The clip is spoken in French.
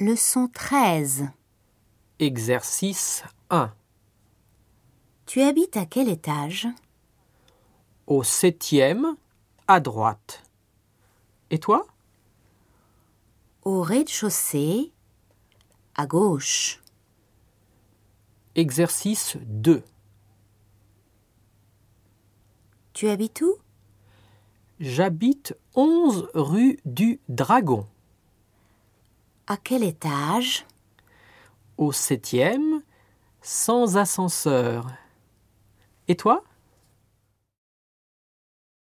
Leçon 13. Exercice 1. Tu habites à quel étage Au septième, à droite. Et toi Au rez-de-chaussée, à gauche. Exercice 2. Tu habites où J'habite 11 rue du Dragon. À quel étage Au septième, sans ascenseur. Et toi